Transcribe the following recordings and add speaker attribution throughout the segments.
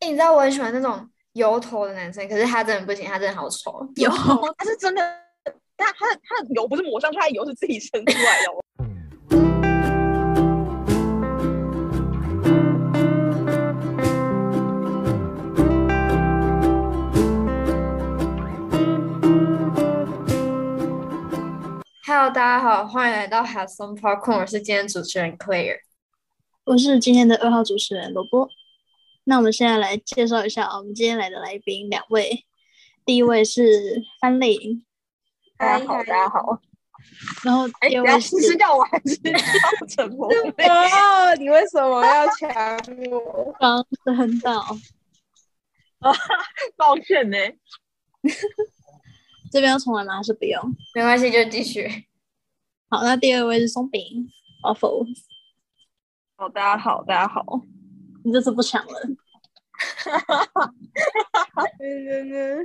Speaker 1: 哎、你知道我很喜欢那种油头的男生，可是他真的不行，他真的好丑。
Speaker 2: 有
Speaker 3: 他是真的，他他他的油不是抹上去，他的油是自己生出来的哦。
Speaker 1: Hello，大家好，欢迎来到 Have Some Popcorn，我是今天主持人 Claire。
Speaker 2: 我是今天的二号主持人萝卜。那我们现在来介绍一下啊我们今天来的来宾两位，第一位是范丽颖，
Speaker 3: 大家好，大家好。
Speaker 2: 然后
Speaker 3: 哎，
Speaker 2: 第二
Speaker 3: 等
Speaker 2: 位
Speaker 3: 一下是
Speaker 2: 是
Speaker 3: 是叫我还是叫陈柏霖？
Speaker 4: 哦，你为什么要抢我？
Speaker 2: 方声道。
Speaker 3: 抱歉呢、
Speaker 2: 这边要重来吗？还是不用？
Speaker 1: 没关系，就继续。
Speaker 2: 好，那第二位是松饼哦 o f f
Speaker 3: 好，大家好，大家好。
Speaker 2: 你这次不抢了。
Speaker 4: 嗯嗯嗯，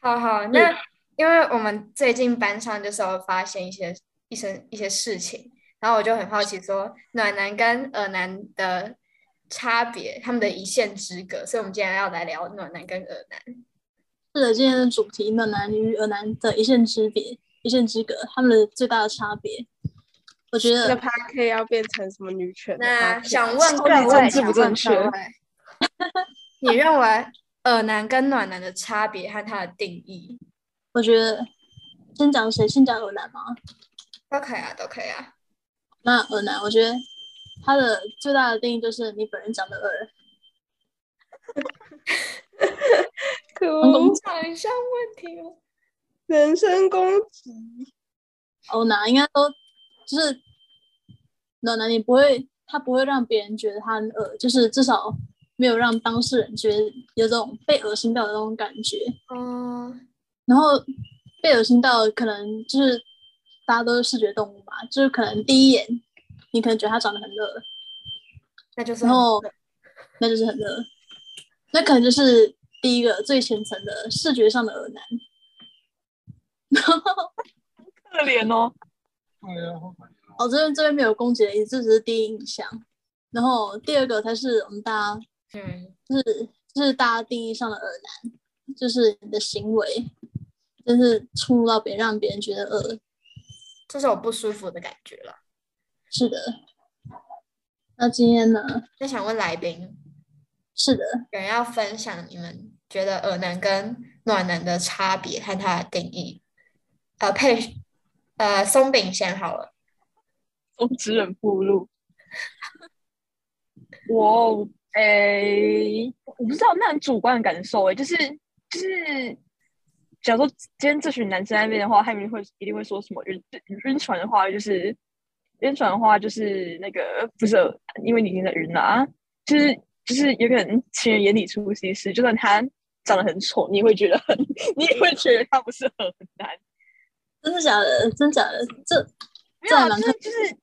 Speaker 1: 好好，那、因为我们最近班上就是有发现一些一些一些事情，然后我就很好奇说暖男跟耳男的差别，他们的一线之隔，所以我们今天要来聊暖男跟耳男。
Speaker 2: 是的，今天的主题暖男与耳男的一线之别、一线之隔，他们的最大的差别，我觉
Speaker 4: 这个
Speaker 2: 得
Speaker 4: p a r k 要变成什么女权的 podcast？
Speaker 1: 那想问
Speaker 4: 超
Speaker 1: 各
Speaker 4: 级
Speaker 1: 位，
Speaker 4: 政治不正确
Speaker 1: 想问各位 你认为耳男跟暖男的差别和它的定义？
Speaker 2: 我觉得先讲谁？先讲耳男吗？
Speaker 1: 都可以啊，都可以啊。
Speaker 2: 那耳男，我觉得他的最大的定义就是你本人长得耳，
Speaker 4: 哭，
Speaker 1: 长相问题哦吗？
Speaker 4: 人身攻击，
Speaker 2: 欧男应该都就是暖男，你不会，他不会让别人觉得他很恶，就是至少没有让当事人觉得有种被恶心到的那种感觉。
Speaker 1: 嗯，
Speaker 2: 然后被恶心到，可能就是大家都是视觉动物嘛，就是可能第一眼你可能觉得他长得很恶，
Speaker 1: 那就是
Speaker 2: 然后那就是很恶，那可能就是第一个最浅层的视觉上的恶男。
Speaker 3: 可怜哦，
Speaker 2: 哦，这边这边没有攻击的意思，这只是第一印象。然后第二个才是我们大家，
Speaker 1: 嗯，
Speaker 2: 就是就是大家定义上的恶男，就是你的行为，就是触怒到别人，让别人觉得恶。
Speaker 1: 这是我不舒服的感觉了。
Speaker 2: 是的。那今天呢？
Speaker 1: 那想问来宾，
Speaker 2: 是的，
Speaker 1: 有人要分享你们觉得耳男跟暖男的差别和它的定义？呃，配呃松饼先好了。
Speaker 3: 我只忍不露。我诶、我不知道，那很主观的感受诶、就是就是，假如说今天这群男生在那边的话，他们会一定会说什么晕晕船的话，就是晕船的话就是那个不是，因为你已经在晕了啊，就是就是有可能情人眼里出西施，就算他长得很丑，你也会觉得很， 你也会觉得他不是很难。
Speaker 2: 真的假的？真假的？这
Speaker 3: 没
Speaker 2: 这
Speaker 3: 有
Speaker 2: 还
Speaker 3: 啊，
Speaker 2: 蛮
Speaker 3: 就是就是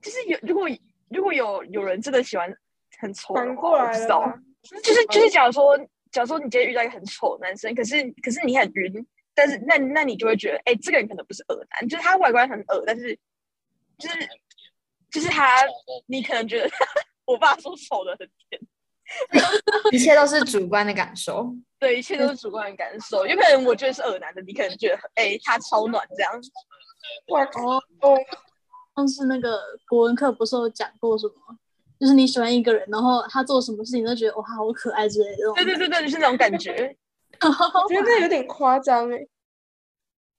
Speaker 3: 就是有，如果如果有有人真的喜欢很丑的话，
Speaker 4: 反过
Speaker 3: 我
Speaker 4: 来
Speaker 3: 不知
Speaker 4: 了
Speaker 3: 道
Speaker 4: 吧，？
Speaker 3: 就是就是，假如说假如说你今天遇到一个很丑的男生，可是可是你很晕，但是那那你就会觉得，哎、这个人可能不是恶男，就是他外观很恶，但是就是就是他，你可能觉得 我爸说丑的很甜，
Speaker 1: 一切都是主观的感受。
Speaker 3: 对，一切都是主观的感受，有可能我觉得是恶男的，你可能觉得，哎、他超暖这样，
Speaker 4: 哇，
Speaker 2: 哦
Speaker 4: 哦，
Speaker 2: 上次那个国文课不是有讲过什么？就是你喜欢一个人，然后他做什么事情都觉得哇，好可爱之类的这种。
Speaker 3: 对对对对，就是那种感觉，
Speaker 4: 我觉得这有点夸张哎，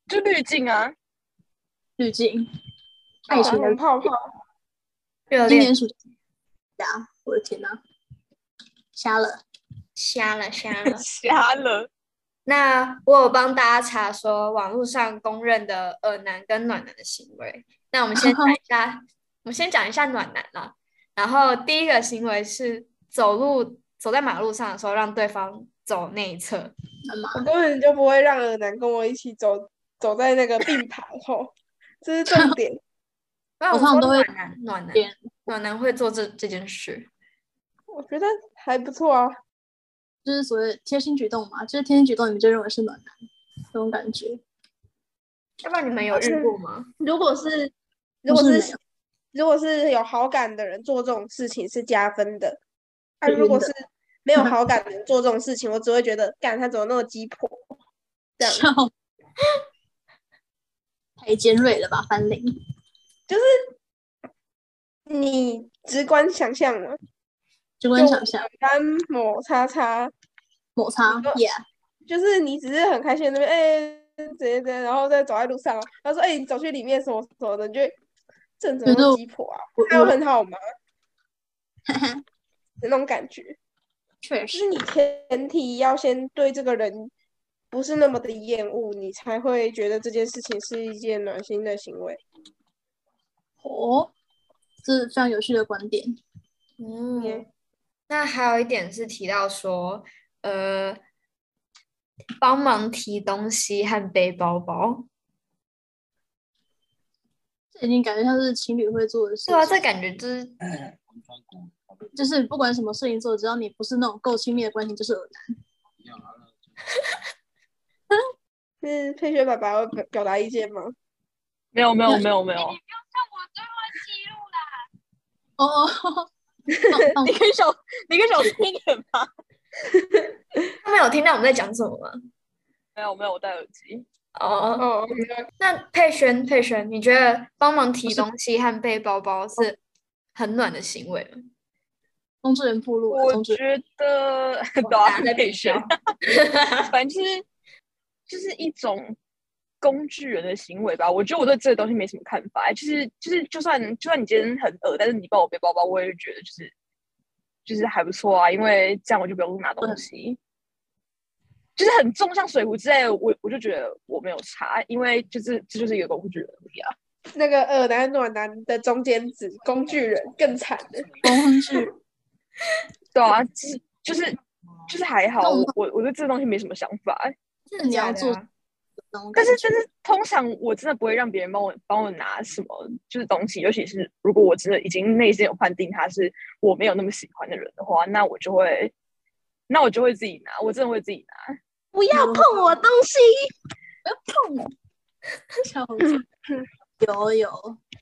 Speaker 3: 就滤镜啊，
Speaker 2: 滤镜，
Speaker 4: 爱
Speaker 2: 爱
Speaker 4: 情
Speaker 2: 情的
Speaker 4: 的泡泡，
Speaker 1: 热
Speaker 2: 今
Speaker 1: 恋
Speaker 2: 年暑假，我的天哪、瞎了！
Speaker 1: 瞎了瞎了。
Speaker 3: 瞎了，
Speaker 1: 那我有帮大家查说网络上公认的耳男跟暖男的行为。那我们先讲一 下，我们先讲一下暖男啦。然后第一个行为是走路走在马路上的时候让对方走内侧，
Speaker 2: 干嘛？
Speaker 4: 我根本就不会让尔南跟我一起走走在那个并排后，这是重点。
Speaker 1: 那
Speaker 2: 我
Speaker 1: 我
Speaker 2: 通常
Speaker 1: 说
Speaker 2: 都会
Speaker 1: 暖男暖男
Speaker 2: 别人
Speaker 1: 暖男会做这这件事。
Speaker 4: 我觉得还不错啊，
Speaker 2: 就是所谓贴心举动嘛，就是贴心举动，你们就认为是暖男这种感觉。
Speaker 1: 要不然你们有遇过吗？
Speaker 4: 如果是如
Speaker 2: 我
Speaker 4: 果
Speaker 2: 是没
Speaker 4: 是如果是有好感的人做这种事情是加分的，那、啊嗯
Speaker 2: 是
Speaker 4: 如果
Speaker 2: 晕的
Speaker 4: 是没有好感的人做这种事情，我只会觉得，干他怎么那么鸡婆？这样
Speaker 2: 笑， 太尖锐了吧，翻脸。
Speaker 4: 你直观想象嘛，
Speaker 2: 就
Speaker 4: 就
Speaker 2: 跟想象
Speaker 4: 跟某叉叉，
Speaker 2: 摩擦
Speaker 4: 你说
Speaker 2: 耶
Speaker 4: 就是你只是很开心的那边，哎、怎样怎样，然后再走在路上，他说，哎、你走去里面什么什么的，你就会这人怎么那么鸡婆啊？
Speaker 2: 我
Speaker 4: 他有
Speaker 2: 我
Speaker 4: 很好吗？的那种感觉。
Speaker 2: 确
Speaker 4: 就
Speaker 2: 实
Speaker 4: 是你前提要先对这个人不是那么的厌恶，你才会觉得这件事情是一件暖心的行为。
Speaker 2: 哦，这是非常有趣的观点。
Speaker 1: 嗯，那还有一点是提到说，呃，帮忙提东西和背包包。
Speaker 2: 这已经感觉像是情侣会做的事
Speaker 1: 对啊，
Speaker 2: 情，
Speaker 1: 这感觉就是
Speaker 2: 嗯
Speaker 5: 完全骨
Speaker 2: 就是不管什么事情做，只要你不是那种够亲密的关系，就是恶
Speaker 5: 一样啊。那就是
Speaker 4: 是佩雪爸爸会表表达意见吗？
Speaker 3: 没有没有没有没有，
Speaker 2: 男 哦。放哦
Speaker 3: 你可以小你可以小声一点吗？
Speaker 1: 他们有听到我们在讲什么吗？
Speaker 3: 没有没有，我戴耳机。
Speaker 1: 哦，
Speaker 4: 哦，
Speaker 1: 那佩轩，佩轩，你觉得帮忙提东西和背包包
Speaker 3: 哦
Speaker 1: 是很暖的行为吗？
Speaker 2: 工作人铺路了，
Speaker 3: 我
Speaker 2: 工作人
Speaker 3: 觉 得对
Speaker 1: 大
Speaker 3: 啊，
Speaker 1: 家在
Speaker 3: 可
Speaker 1: 比
Speaker 3: 以选
Speaker 1: 较。
Speaker 3: 反正就是就是一种工具人的行为吧。我觉得我对这个东西没什么看法，哎就是就是就算就算你今天很饿，但是你帮我背包包，我也觉得就是就是还不错啊，因为这样我就不用拿东西。就是很重，像水壶之类的，我我就觉得我没有差，因为就是这就是一个工具人而已啊。
Speaker 4: 那个耳男暖男的中间值工具人更惨的，
Speaker 2: 工具
Speaker 3: 对啊，就是就是就是还好，我我我对这个东西没什么想法、
Speaker 1: 真的
Speaker 2: 你要
Speaker 1: 假的
Speaker 2: 做
Speaker 1: 啊
Speaker 2: 那种感
Speaker 3: 但
Speaker 2: 觉
Speaker 3: 是，但是通常我真的不会让别人帮我帮我拿什么，就是东西，尤其是如果我真的已经内心有判定他是我没有那么喜欢的人的话，那我就会，那我就会自己拿，我真的会自己拿。
Speaker 4: 不要碰我东西。
Speaker 2: 笑死有有，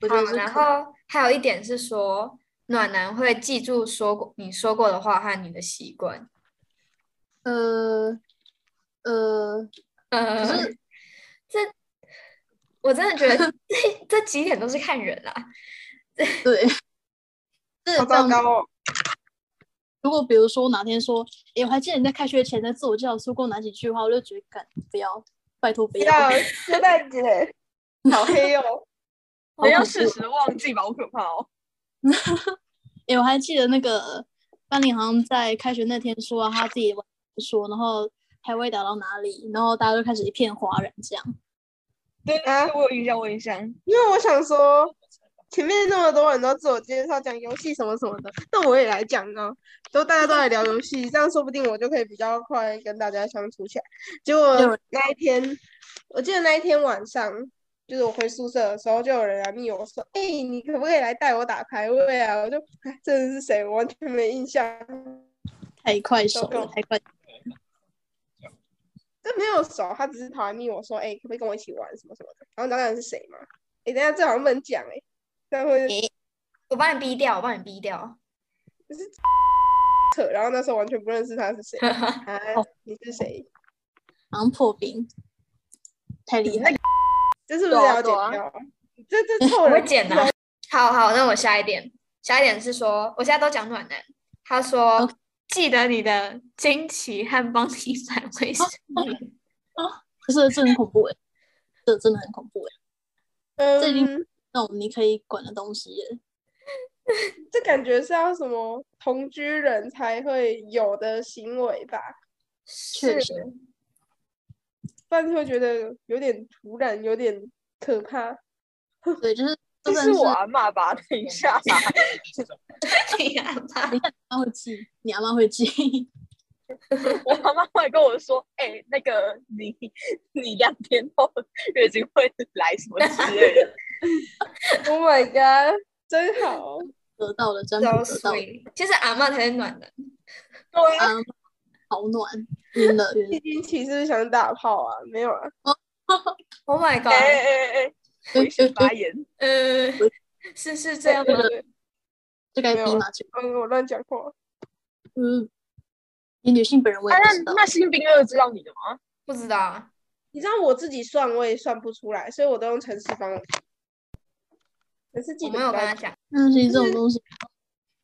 Speaker 2: 我觉
Speaker 1: 好
Speaker 2: 得，是
Speaker 1: 然
Speaker 2: 可
Speaker 1: 后还有一点是说，暖男会记住说过你说过的话和你的习惯。
Speaker 2: 呃呃，
Speaker 1: 呃，
Speaker 2: 可
Speaker 1: 这我真的觉得 这这几点都是看人啦、啊
Speaker 2: 对，这
Speaker 4: 好
Speaker 2: 这样
Speaker 4: 糟糕哦！
Speaker 2: 如果比如说哪天说，诶，我还记得你在开学前在自我介绍说过哪几句话，我就觉得，干不要，拜托不
Speaker 4: 不
Speaker 2: 要，
Speaker 4: 要圣诞节，好 黑哦！
Speaker 2: 好
Speaker 3: 不要
Speaker 2: 恐
Speaker 3: 事
Speaker 2: 怖
Speaker 3: 实忘记吧，好可怕 哦！
Speaker 2: 诶，我还记得那个班里好像在开学那天说、啊、他自己玩不说，然后还会打到哪里，然后大家就开始一片哗然，这样
Speaker 3: 对
Speaker 4: 啊
Speaker 3: 我有印象，我有印象。
Speaker 4: 因为我想说，前面那么多人都自我介绍讲游戏什么什么的，那我也来讲呢。都大家都来聊游戏，这样说不定我就可以比较快跟大家相处起来。结
Speaker 2: 有
Speaker 4: 果
Speaker 2: 人
Speaker 4: 那一天，我记得那一天晚上，就是我回宿舍的时候，就有人来密我说：“哎、你可不可以来带我打排位啊？”我就哎这人是谁，我完全没印象，
Speaker 2: 太快手
Speaker 4: 糟
Speaker 2: 了，
Speaker 4: 糕
Speaker 2: 太快，
Speaker 4: 这没有熟，他只是跑来密我说：“哎、可不可以跟我一起玩什么什么的？”然后当然是谁嘛？哎、等一下这好像不能讲哎、这样会
Speaker 1: 我帮你逼掉，我帮你逼掉。
Speaker 4: 扯。然后那时候完全不认识他是 谁。啊，
Speaker 3: 哦
Speaker 4: 你是谁？
Speaker 2: 好像破冰，太厉害了，
Speaker 4: 这是不是
Speaker 3: 对啊
Speaker 4: 要剪
Speaker 3: 对啊
Speaker 4: 掉？这这臭
Speaker 1: 我
Speaker 4: 人
Speaker 1: 会剪啊的、 好好，那我下一点，下一点是说，我现在都讲暖男。他说
Speaker 2: OK
Speaker 1: 记得你的惊奇和帮你买卫生棉。
Speaker 2: 就是这很恐怖诶，这真的很恐怖诶，这已经
Speaker 4: 嗯，
Speaker 2: 那种你可以管的东西耶，
Speaker 4: 这感觉是要什么同居人才会有的行为吧？
Speaker 1: 确实，
Speaker 4: 不然就会觉得有点突然，有点可怕。
Speaker 2: 对，就是
Speaker 3: 这
Speaker 2: 就是算
Speaker 3: 我阿嬷吧？等一下，
Speaker 1: 你阿妈
Speaker 2: 你看你阿妈会记，你阿妈会记，
Speaker 3: 我阿妈会跟我说：“哎、那个你你两天后 月经会来什么之类的。
Speaker 4: Oh my god，真 好，
Speaker 2: 得到了占卜
Speaker 1: so
Speaker 2: 得到了，
Speaker 1: sweet。其实阿妈才是暖男。”
Speaker 3: 对啊，
Speaker 2: 啊，好暖，晕了晕了
Speaker 4: 一，惊奇是不是想打炮啊？没有啊，
Speaker 1: Oh my
Speaker 3: 哎
Speaker 1: god，
Speaker 3: 哎哎哎，危险发言。
Speaker 1: 呃，是是
Speaker 3: 啊
Speaker 1: 这样吗？
Speaker 2: 这该
Speaker 4: 没有
Speaker 2: 逼嘛？这
Speaker 4: 嗯，我乱讲话。
Speaker 2: 嗯，你女性本人我也
Speaker 3: 哎，
Speaker 2: 不知
Speaker 3: 那
Speaker 2: 道。
Speaker 3: 那新兵二知道你的吗？
Speaker 1: 不知道 啊，
Speaker 4: 你知道我自己算我也算不出来，所以我都用城市方程。可是记
Speaker 1: 我
Speaker 4: 得
Speaker 1: 没有
Speaker 4: 比
Speaker 1: 跟他
Speaker 4: 较
Speaker 1: 讲。
Speaker 2: 但是这种东西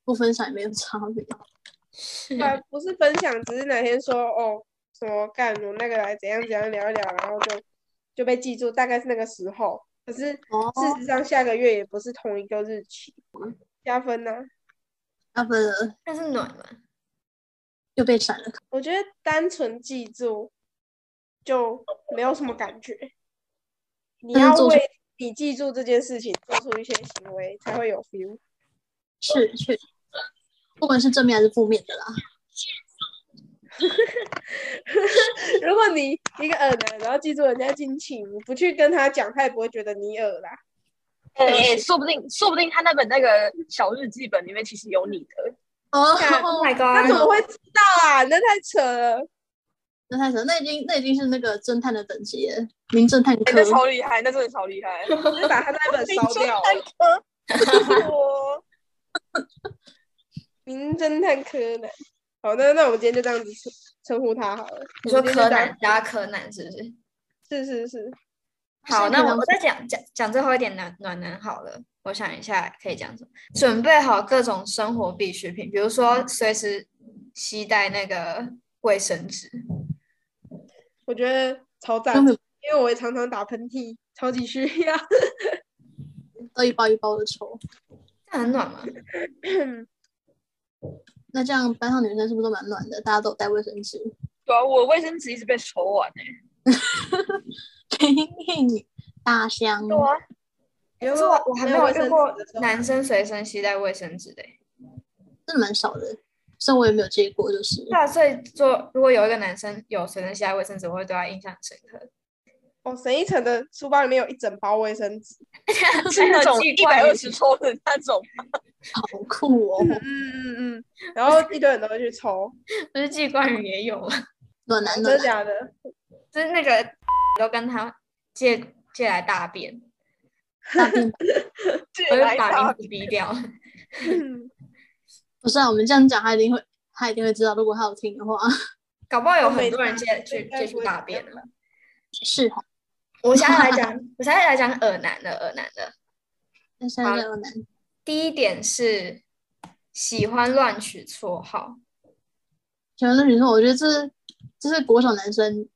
Speaker 2: 不分享也没有差别。
Speaker 1: 是
Speaker 4: 呃，不是分享，只是哪天说哦，什么干我那个来怎样怎样聊一聊，然后就就被记住，大概是那个时候。可是
Speaker 2: 哦，
Speaker 4: 事实上，下个月也不是同一个日期，加分呢、
Speaker 2: 那不然
Speaker 1: 那是暖嘛？
Speaker 2: 又被闪了。
Speaker 4: 我觉得单纯记住就没有什么感觉，你
Speaker 2: 但是
Speaker 4: 要
Speaker 2: 做出
Speaker 4: 为你记住这件事情做出一些行为，才会有 feel。
Speaker 2: 是是，不管是正面还是负面的啦。
Speaker 4: 如果你一个耳男，然后记住人家近情，你不去跟他讲，他也不会觉得你耳 啦。
Speaker 3: 哎、说不定，说不定他那本那个小日记本里面其实有你的。
Speaker 2: 哦
Speaker 1: Oh my
Speaker 4: 他怎
Speaker 1: god！
Speaker 4: 么会知道啊？那太扯了。
Speaker 2: 那太扯，那已经那已经是那个侦探的等级了，名侦探
Speaker 3: 哎、
Speaker 2: 科
Speaker 3: 那。超厉害，那真的超厉 害。
Speaker 4: 就是把他那本烧掉。名侦探柯南。好，那那我们今天就这样子称称呼他好了。
Speaker 1: 你说
Speaker 4: 我们今
Speaker 1: 柯
Speaker 4: 天就这
Speaker 1: 南
Speaker 4: 样？
Speaker 1: 加柯南是不是？
Speaker 4: 是是是，
Speaker 1: 好，
Speaker 2: 现在
Speaker 1: 那
Speaker 2: 可以
Speaker 1: 我
Speaker 2: 当
Speaker 1: 我再讲讲讲最后一点暖暖男好了，我想一下可以讲什么？准备好各种生活必需品，比如说随时携带那个卫生纸。
Speaker 4: 我觉得超赞，
Speaker 2: 根本
Speaker 4: 因为我也常常打喷嚏，超级需 要。
Speaker 2: 都一包一包的抽。
Speaker 1: 这样很暖吗？
Speaker 2: 那这样班上女生是不是都蛮暖的？大家都有带卫生纸。
Speaker 3: 对啊，我卫生纸一直被抽完哎、
Speaker 2: 给你大箱。
Speaker 3: 对啊，
Speaker 4: 因
Speaker 1: 可
Speaker 4: 为
Speaker 1: 是我我还没有遇过
Speaker 4: 男，
Speaker 1: 男生随身携带卫生纸的欸、
Speaker 2: 真的蛮少的，虽然我也没有接过，就是
Speaker 1: 对啊，所以做如果有一个男生有随身携带卫生纸，我会对他印象深刻。
Speaker 4: 哦，沈一晨的书包里面有一整包卫生纸。
Speaker 3: 是那种
Speaker 1: 奇
Speaker 3: 一
Speaker 1: 怪
Speaker 3: 百二十抽的那种。
Speaker 2: 好酷哦！
Speaker 4: 嗯嗯嗯，然后一堆人都会 去抽，
Speaker 1: 不是季冠宇也有吗？
Speaker 2: 暖男
Speaker 4: 真
Speaker 2: 暖
Speaker 4: 的
Speaker 2: 男，
Speaker 4: 假的？
Speaker 1: 就是那个都跟他借借来大便，
Speaker 2: 大便
Speaker 1: 我
Speaker 3: 是
Speaker 1: 就
Speaker 3: 来
Speaker 1: 把
Speaker 3: 他
Speaker 1: 名字逼掉。
Speaker 2: 不是啊，我们这样讲，他一定会，他一定会知道。如果他有听的话，
Speaker 1: 搞不好有
Speaker 4: 都没
Speaker 1: 很多人
Speaker 4: 差
Speaker 1: 借去
Speaker 4: 应该
Speaker 1: 借
Speaker 4: 不
Speaker 1: 去
Speaker 4: 会
Speaker 1: 大
Speaker 4: 怎
Speaker 1: 便啊
Speaker 4: 样
Speaker 1: 了。
Speaker 2: 是哈。
Speaker 1: 我现在来讲，我现在来讲耳男的耳男的。
Speaker 2: 但现在有男，
Speaker 1: 第一点是喜欢乱取绰号，
Speaker 2: 喜欢的女生，我觉得这是这是国小男生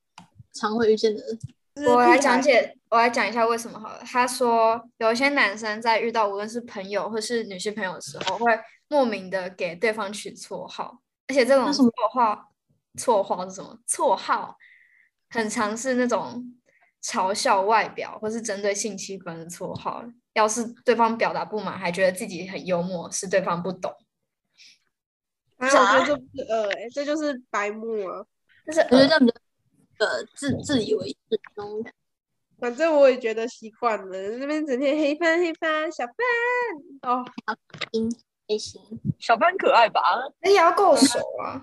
Speaker 2: 常会遇见的。
Speaker 4: 就是
Speaker 1: 我来
Speaker 4: 屁
Speaker 1: 讲
Speaker 4: 孩
Speaker 1: 解，我来讲一下为什么好了。他说，有一些男生在遇到无论是朋友或是女性朋友的时候，会莫名的给对方取绰号，而且这种
Speaker 2: 那什么
Speaker 1: 绰号，绰号是什么？绰号很常是那种嘲笑外表或是针对性气氛的绰号。要是对方表达不满，还觉得自己很幽默，是对方不懂，
Speaker 4: 啊，我觉得这不是呃，哎，这就是白目啊。
Speaker 1: 这是
Speaker 2: 我觉得
Speaker 1: 耳
Speaker 2: 这样比较呃自自以为是那种感觉。
Speaker 4: 反正我也觉得习惯了，那边整天黑翻黑翻小翻哦，
Speaker 2: 类型。
Speaker 3: 小潘可爱吧？
Speaker 1: 也要够熟啊。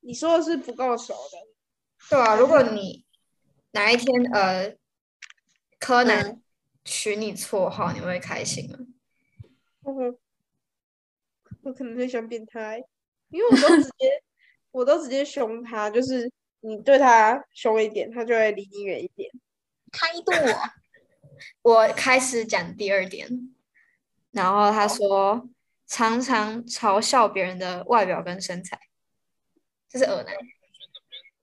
Speaker 4: 你说的是不够熟的，
Speaker 1: 对啊，如果你哪一天呃，柯南
Speaker 2: 嗯
Speaker 1: 取你绰号，你会开心啊吗？
Speaker 4: 嗯哼我可能会想变态，因为我都直接我都直接凶他，就是你对他凶一点，他就会离你远一点。
Speaker 2: 开拓，
Speaker 1: 我开始讲第二点，然后他说常常嘲笑别人的外表跟身材，这是恶男。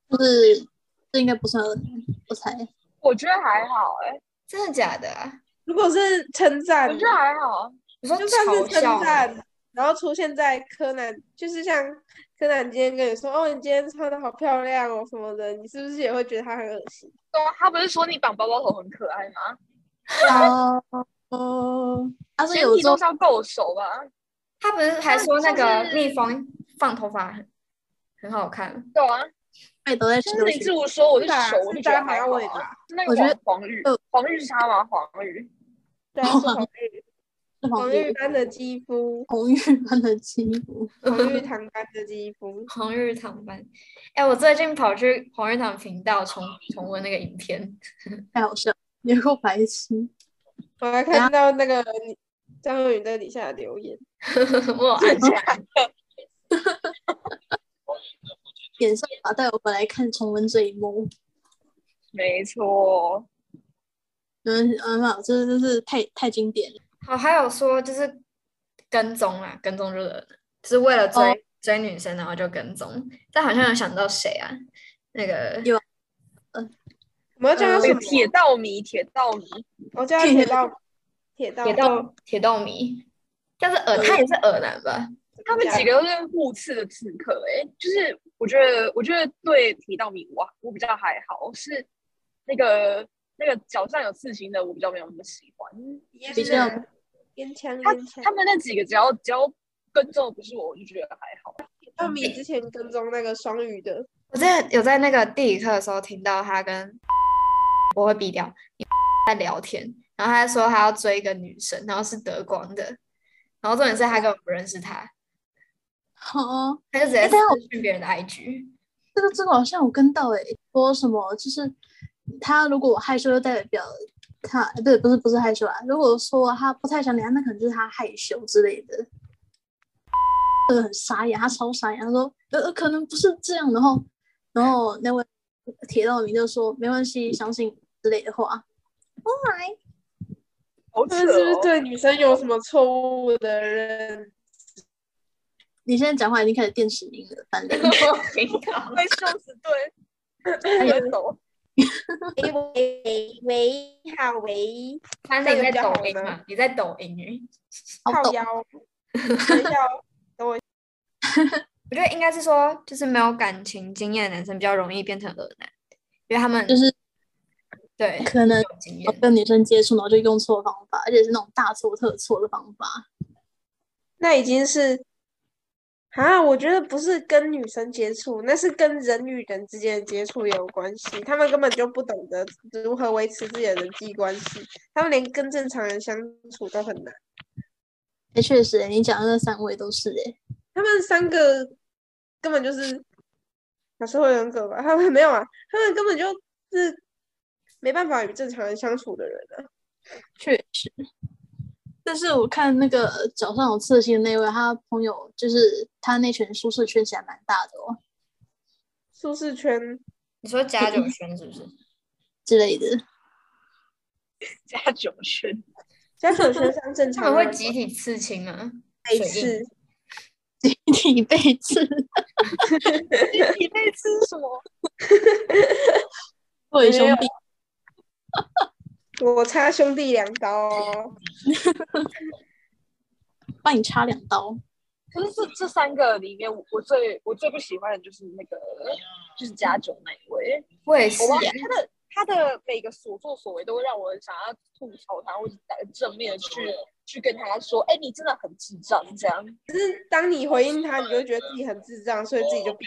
Speaker 2: 就是这应该不算恶男，我猜。
Speaker 3: 我觉得还好哎、
Speaker 1: 真的假的啊？
Speaker 4: 如果是称赞
Speaker 3: 我，觉得还好。
Speaker 1: 你说
Speaker 4: 就算是
Speaker 1: 嘲
Speaker 4: 称
Speaker 1: 笑啊吗，
Speaker 4: 赞，然后出现在柯南，就是像柯南今天跟你说哦，你今天穿的好漂亮哦什么的，你是不是也会觉得他很恶心？
Speaker 3: 对啊，他不是说你绑包包头很可爱吗？
Speaker 2: 哦哦，他是
Speaker 3: 前
Speaker 2: 有
Speaker 3: 提
Speaker 2: 做
Speaker 3: 都是要够熟吧？
Speaker 1: 他不是还说那
Speaker 3: 像
Speaker 1: 个
Speaker 3: 是
Speaker 1: 蜜蜂放头发很很好看？，
Speaker 3: 对啊，
Speaker 2: 背都在吃东
Speaker 3: 就是林
Speaker 2: 西
Speaker 3: 志。儒说我是
Speaker 4: 是吧
Speaker 3: 熟，我
Speaker 4: 是
Speaker 3: 就觉得
Speaker 4: 扎
Speaker 3: 还
Speaker 4: 马
Speaker 3: 好
Speaker 4: 尾
Speaker 3: 啊
Speaker 4: 吧。
Speaker 3: 是那
Speaker 2: 我
Speaker 3: 个
Speaker 2: 觉
Speaker 3: 黄
Speaker 2: 得
Speaker 3: 黄玉
Speaker 2: 呃，
Speaker 3: 黄玉是他吗？黄玉，
Speaker 4: 对啊，是 黄玉。
Speaker 2: 是黄
Speaker 4: 黄
Speaker 2: 玉
Speaker 4: 玉般的肌肤，
Speaker 2: 红玉般的肌肤，
Speaker 4: 黄 玉堂般的肌肤
Speaker 1: 红日堂班，哎，我最近跑去红日堂频道重重温那个影片。
Speaker 2: 太好笑了，也够白痴。
Speaker 4: 我还看到那个你张若昀在底下留言，
Speaker 1: 我有按下来，
Speaker 3: 我
Speaker 2: 演算法带我们来看重温这一幕。
Speaker 3: 没错，
Speaker 2: 嗯嗯，好，这真是太太经典了。
Speaker 1: 好，还有说就是跟踪啊，跟踪就是就是为了追、
Speaker 2: 哦
Speaker 1: 追女生，然后就跟踪。但好像有想到谁啊？那个
Speaker 2: 有
Speaker 4: 嗯我们要叫他
Speaker 3: 那
Speaker 4: 什
Speaker 3: 个
Speaker 4: 么？
Speaker 3: 铁道迷，铁道迷，
Speaker 4: 我叫他铁道，铁道，
Speaker 1: 铁道铁道迷，但是尔他也是尔男吧？
Speaker 3: 他们几个
Speaker 4: 个
Speaker 3: 都是互斥的刺客、欸。哎，就是我觉得，我觉得对铁道迷我我比较还好，是那个那个脚上有刺青的，我比较没有那么喜欢。
Speaker 2: 比较
Speaker 4: 烟枪，
Speaker 3: 他
Speaker 4: 烟枪
Speaker 3: 他。们那几个只要只要跟踪的不是我，我就觉得还好。
Speaker 4: 那米之前跟踪那个双语的，
Speaker 1: 我之前有在那个地理课的时候听到他跟我会毙掉在聊天，然后他说他要追一个女生，然后是德光的，然后重点是他根本不认识他，
Speaker 2: 好，
Speaker 1: 他就直接
Speaker 2: 哎等一下我
Speaker 1: 私讯别人的 IG。
Speaker 2: 这个这个好像我跟到诶、说什么就是他如果害羞，就代表他呃不是不是不是害羞啊。如果说他不太想理他，那可能就是他害羞之类的。这个很傻眼，他超傻眼，他说呃呃可能不是这样，然后然后那位铁道迷就说没关系，相信之类的话。
Speaker 3: 好扯
Speaker 4: 他 们是不是
Speaker 3: 哦！
Speaker 4: 对女生有什么错误的认
Speaker 2: 你现在讲话已经开始电视音了，反正
Speaker 3: 被笑死，对，
Speaker 2: 还有
Speaker 3: 分手。
Speaker 6: 喂喂喂，你好喂，
Speaker 1: 反正你在
Speaker 4: 这样
Speaker 1: 抖
Speaker 4: 比
Speaker 1: 音
Speaker 4: 较好
Speaker 1: 嘛，你在抖音欸耶，
Speaker 2: 好
Speaker 4: 靠
Speaker 2: 抖，
Speaker 4: 腰？等一下哦
Speaker 1: 我觉得应该是说，就是没有感情经验的男生比较容易变成恶男，因为他们
Speaker 2: 就是
Speaker 1: 对
Speaker 2: 可能
Speaker 1: 没有经验。
Speaker 2: 跟女生接触，然后就用错方法，而且是那种大错特错的方法。
Speaker 4: 那已经是啊，我觉得不是跟女生接触，那是跟人与人之间的接触也有关系。他们根本就不懂得如何维持自己的人际关系，他们连跟正常人相处都很难。
Speaker 2: 哎、确实、你讲的那三位都是哎、
Speaker 4: 他们三个根本就是还是会人格吧？他们 没有啊，他们根本就是没办法与正常人相处的人啊。
Speaker 2: 确实。但是我看那个脚上有刺青的那位，他朋友就是他那群舒适圈其实还蛮大的哦
Speaker 4: 舒适圈
Speaker 1: 你说加九圈是不是？
Speaker 2: 之类的。
Speaker 3: 加九圈，
Speaker 4: 家长身上正
Speaker 1: 他
Speaker 4: 常
Speaker 1: 们
Speaker 4: 人
Speaker 1: 会集体刺青啊，
Speaker 4: 每
Speaker 1: 水印
Speaker 4: 次
Speaker 2: 你被刺，
Speaker 3: 你被吃什么？
Speaker 2: 对兄弟，
Speaker 4: 我插兄弟两刀哦，
Speaker 2: 帮你插两刀。
Speaker 3: 可是这这三个里面，我我最我最不喜欢的就是那个，就是加九那一位。
Speaker 1: 我也是
Speaker 3: 我忘
Speaker 1: 耶
Speaker 4: 啊
Speaker 3: 记他的他的每个所作所为都会让我想要吐槽他，或者正面的去去跟他说，哎、你真的很智障这样。
Speaker 4: 当你回应他，你就会觉得自己很智障，所以自己
Speaker 3: 哦
Speaker 4: 就闭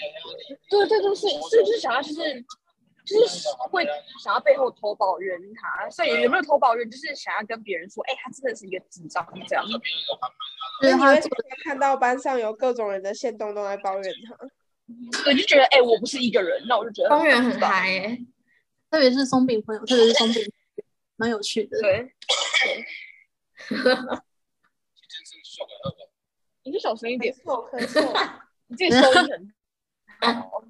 Speaker 3: 对对对，是是就是想要就是就是会想要背后偷抱怨他，所以有没有偷抱怨，就是想要跟别人说，哎、他真的是一个智障这样。
Speaker 2: 就是
Speaker 4: 你
Speaker 2: 他
Speaker 4: 会
Speaker 2: 做
Speaker 4: 看到班上有各种人的线动都在抱怨他。
Speaker 3: 对，就觉得哎、我不是一个人，那我就觉得
Speaker 1: 公园很
Speaker 3: 棒
Speaker 1: 嗨耶，
Speaker 2: 特别是松饼朋友，特别是松饼，蛮有趣的。
Speaker 3: 对。你就小声一
Speaker 4: 没
Speaker 3: 点，
Speaker 4: 错，没错。
Speaker 3: 你这个收音很
Speaker 5: 不好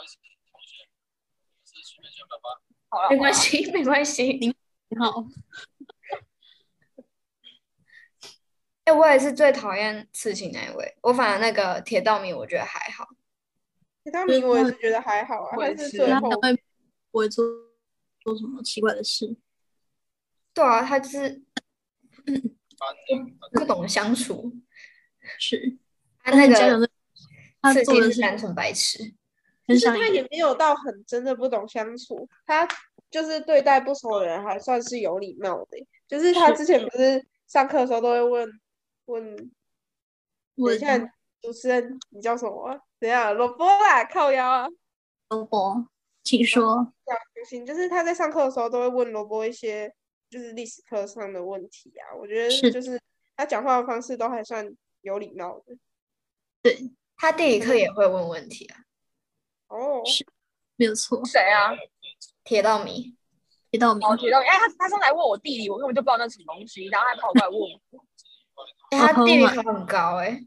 Speaker 5: 意思，同学，是随便选吧吧。
Speaker 3: 好了。
Speaker 1: 没关系，没关系。
Speaker 2: 很好，
Speaker 1: 哎、我也是最讨厌刺青那一位，我反而那个铁道迷我觉得还好，
Speaker 4: 其他名我也是觉得还好啊，
Speaker 3: 我也
Speaker 4: 但是
Speaker 3: 是
Speaker 4: 最
Speaker 2: 他
Speaker 4: 后
Speaker 2: 他会不会做做什么奇怪的事？
Speaker 1: 对啊，他就是不懂相处，
Speaker 2: 是，
Speaker 1: 他
Speaker 2: 但
Speaker 1: 那
Speaker 2: 是家长
Speaker 1: 个
Speaker 2: 的他
Speaker 1: 刺
Speaker 2: 做
Speaker 1: 青
Speaker 2: 的
Speaker 1: 是
Speaker 2: 是
Speaker 1: 单纯白痴，
Speaker 2: 很
Speaker 4: 其实
Speaker 2: 想
Speaker 4: 他也没有到很真的不懂相处，他就是对待不熟的人还算是有礼貌的。就是他之前不是上课的时候都会问问，等一
Speaker 2: 问
Speaker 4: 下主持人你叫什么啊？等一下萝卜啦，靠腰啊。
Speaker 2: 萝卜，请说。
Speaker 4: 流行，就是他在上课的时候都会问萝卜一些就是历史课上的问题啊。我觉得
Speaker 2: 是
Speaker 4: 就是他讲话的方式都还算有礼貌的。
Speaker 1: 他地理课也会问问题啊，
Speaker 4: 哦，
Speaker 2: 是没有错，
Speaker 3: 谁啊？
Speaker 1: 铁道迷。
Speaker 2: 一道名
Speaker 4: 哦
Speaker 3: 毛铁道，哎，他他上来问我地理，我根本就不知道那是什么东西，然后他跑过来问我。
Speaker 1: 哎、他
Speaker 2: Oh
Speaker 1: 地理
Speaker 2: my-
Speaker 1: 考很高哎、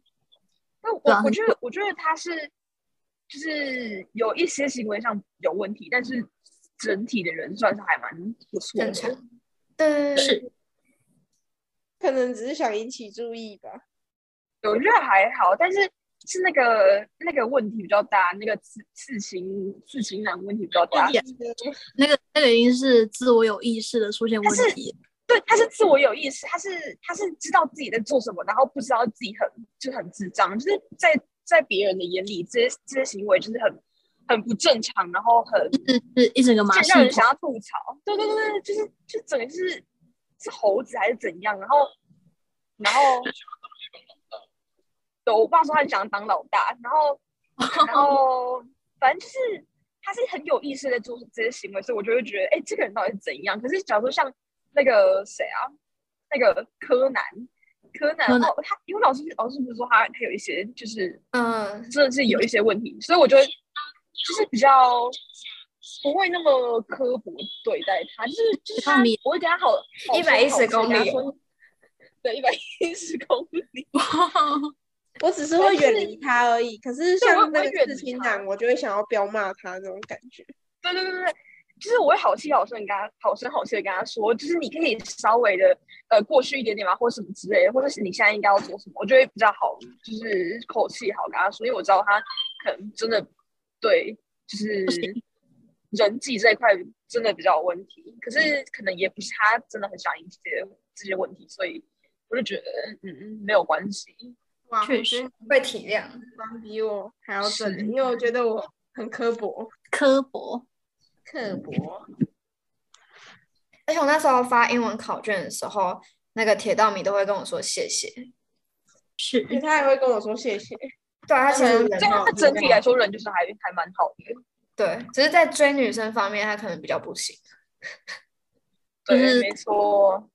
Speaker 3: 那我
Speaker 2: 对啊
Speaker 3: 我觉得，我觉得他是就是有一些行为上有问题，但是整体的人算是还蛮不错
Speaker 1: 正
Speaker 3: 的。
Speaker 1: 常。对对对，
Speaker 2: 是
Speaker 4: 可能只是想引起注意吧。
Speaker 3: 我觉得还好，但是是那个那个问题比较大，那个刺刺青刺青男问题比较大。
Speaker 2: 也那个那个已经是自我有意识的出现问
Speaker 3: 但是
Speaker 2: 题，
Speaker 3: 对，他是自我有意识，他是他是知道自己在做什么，然后不知道自己很就很智障，就是在在别人的眼里，这些这些行为就是很很不正常，然后很
Speaker 2: 是一整个马
Speaker 3: 就
Speaker 2: 戏
Speaker 3: 让人
Speaker 2: 团
Speaker 3: 想要吐槽。对对对对，就是就整个就是是猴子还是怎样，然后 然后对我爸说他很想当老大，然后然后反正就是他是很有意识在做这些行为，所以我就会觉得，哎，这个人到底是怎样？可是假如说像那个谁啊，那个柯南。柯南
Speaker 2: 柯南
Speaker 3: 哦，他因为老师老师不是说他他有一些就是
Speaker 1: 嗯，
Speaker 3: 真的是有一些问题，所以我觉得就是比较不会那么刻薄对待他，就是就是他
Speaker 2: 让你，
Speaker 3: 我会给他好
Speaker 1: 110公里，
Speaker 3: 好好说好事给他说对，一百一十公里，
Speaker 4: 我只是会
Speaker 3: 但
Speaker 4: 远
Speaker 3: 是
Speaker 4: 离他而已。可是
Speaker 3: 对我
Speaker 4: 像
Speaker 3: 也
Speaker 4: 那
Speaker 3: 会
Speaker 4: 个
Speaker 3: 远
Speaker 4: 刺
Speaker 3: 离
Speaker 4: 青
Speaker 3: 他
Speaker 4: 男，我就会想要彪骂他那种感觉。
Speaker 3: 对对对对，对就是我会好气好声跟他好声好气的跟他说，就是你可以稍微的呃过去一点点吧，或什么之类的，或者是你现在应该要做什么，我就会比较好，就是口气好跟他说，因为我知道他可能真的对就是
Speaker 2: 不行
Speaker 3: 人际这一块真的比较有问题，可是可能也不是他真的很想引起这些这些问题，所以我就觉得嗯没有关系，
Speaker 4: 哇，
Speaker 2: 确
Speaker 4: 我觉得
Speaker 1: 会体谅。
Speaker 4: 你比我还要正
Speaker 3: 是，
Speaker 4: 因为我觉得我很刻薄。
Speaker 2: 刻薄，
Speaker 4: 刻薄，
Speaker 1: 而且我那时候发英文考卷的时候，那个铁道迷都会跟我说谢谢。
Speaker 2: 是
Speaker 4: 因为他还会跟我说谢谢。
Speaker 1: 对啊，他其实
Speaker 4: 嗯
Speaker 1: 人
Speaker 3: 这样
Speaker 1: 很
Speaker 3: 他整体
Speaker 2: 啊
Speaker 1: 好
Speaker 3: 来说人就是还还蛮好的，
Speaker 1: 对，只是在追女生方面，他可能比较不行。
Speaker 3: 对，没错。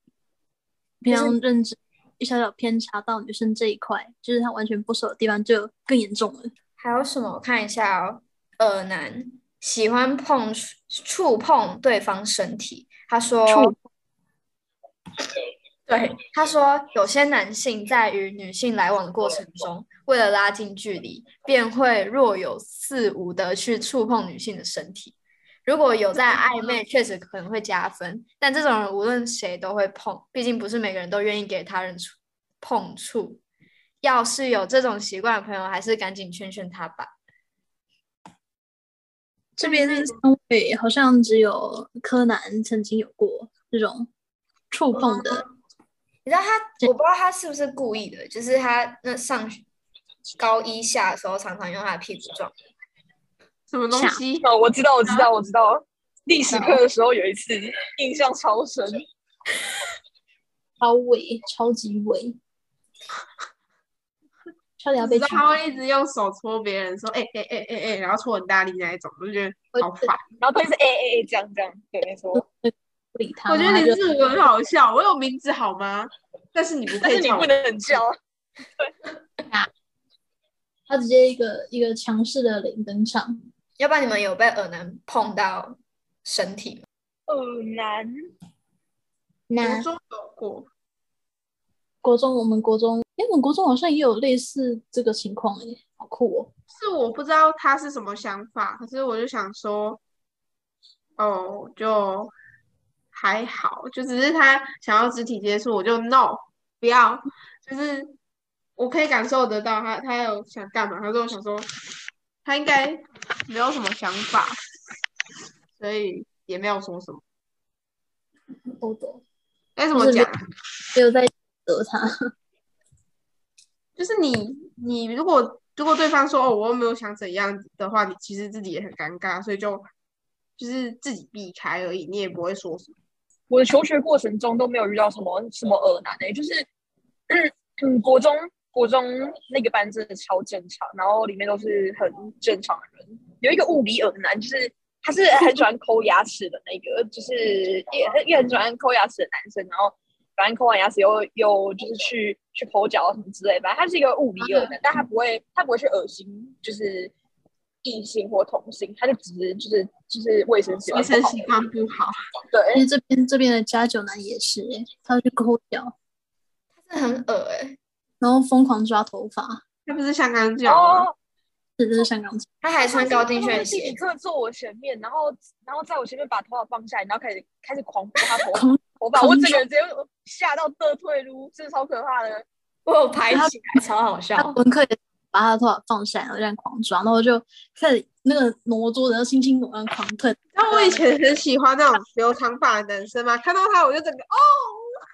Speaker 2: 平常认知一小小偏差到女生这一块，就是她完全不熟的地方就更严重了。
Speaker 1: 还有什么？我看一下哦。耳男喜欢碰触触碰对方身体，他说
Speaker 2: 触，
Speaker 1: 对，他说有些男性在与女性来往的过程中，为了拉近距离，便会若有似无的去触碰女性的身体。如果有在暧昧，确实可能会加分，但这种人无论谁都会碰，毕竟不是每个人都愿意给他人触碰触。要是有这种习惯的朋友，还是赶紧劝劝他吧。
Speaker 2: 这边三位好像只有柯南曾经有过这种触碰的，
Speaker 4: 哦
Speaker 1: 你知道他，我不知道他是不是故意的，就是他那上学高一下的时候，常常用他的屁股撞。
Speaker 4: 什么东
Speaker 2: 下
Speaker 4: 西？
Speaker 3: 哦，我知道，我知道，我知道。历史课的时候有一次印象超深，
Speaker 2: 超伪，超级伪，差点要
Speaker 4: 我知
Speaker 2: 被
Speaker 4: 道
Speaker 2: 举
Speaker 4: 他会一直用手戳别人，说哎哎哎哎哎，然后戳很大力那一种，我就觉得好烦。
Speaker 3: 然后他就是 A A A 这样这样，对，没错。
Speaker 2: 不理他，
Speaker 4: 我觉得
Speaker 2: 他
Speaker 4: 你
Speaker 2: 就
Speaker 4: 这个很好笑，我有名字好吗？但是你不
Speaker 3: 但
Speaker 4: 配
Speaker 3: 是你
Speaker 4: 叫
Speaker 3: 不
Speaker 4: 我，
Speaker 3: 能叫，
Speaker 2: 他直接一个一个强势的零登场，
Speaker 1: 要不然你们有被耳男碰到身体吗？
Speaker 3: 呃，难。
Speaker 4: 我
Speaker 2: 那
Speaker 4: 说有过，
Speaker 2: 国中，我们国中，哎，我们国中好像也有类似这个情况，哎，好酷哦！
Speaker 4: 是我不知道他是什么想法，可是我就想说，哦，就还好，就只是他想要肢体接触，我就 no 不要，就是我可以感受得到他他有想干嘛，可是我想说他应该没有什么想法，所以也没有说什么，
Speaker 2: 欧斗
Speaker 4: 该怎么
Speaker 2: 就是
Speaker 4: 讲啊？
Speaker 2: 没有在惹他，
Speaker 4: 就是你你如果如果对方说哦我又没有想怎样的话，你其实自己也很尴尬，所以就就是自己避开而已，你也不会说什么。
Speaker 3: 我的求学过程中都没有遇到什么什么恶男诶、欸就是嗯，国中国中那个班真的超正常，然后里面都是很正常的人。有一个物理恶男，就是他是很喜欢抠牙齿的那个，就是也很也很喜欢抠牙齿的男生，然后反正抠完牙齿又又就是去去抠脚啊什么之类的，反正他是一个物理恶男，但他不会他不会去恶心，就是。异性或同性，他就只是就是就是卫生习惯不
Speaker 4: 卫
Speaker 3: 好而已，
Speaker 4: 生习惯嗯不好，
Speaker 3: 对
Speaker 2: 因，为这边这边的加九男也是，哎，他去抠脚，
Speaker 1: 真的很恶哎、
Speaker 2: 然后疯狂抓头发，
Speaker 4: 那不是香港脚吗？
Speaker 3: 哦，
Speaker 2: 这这是香港脚。
Speaker 1: 他还穿高跟
Speaker 3: 他
Speaker 1: 靴
Speaker 3: 会自己
Speaker 1: 鞋，
Speaker 3: 侧坐我前面，然后然后在我前面把头发放下来，然后开始开始狂拨他头
Speaker 2: 狂
Speaker 3: 发头发，
Speaker 2: 狂
Speaker 3: 我整个人直接吓到得退路，真的超可怕的。
Speaker 1: 我有拍起来，超好笑
Speaker 2: 他。
Speaker 3: 哦
Speaker 2: 文科也把他的头发放下来，然后这样狂抓，然后我就开始那个挪桌子，然后轻轻挪，然后狂推。
Speaker 4: 那我以前很喜欢那种留长发的男生嘛，看到他我就整个哦，啊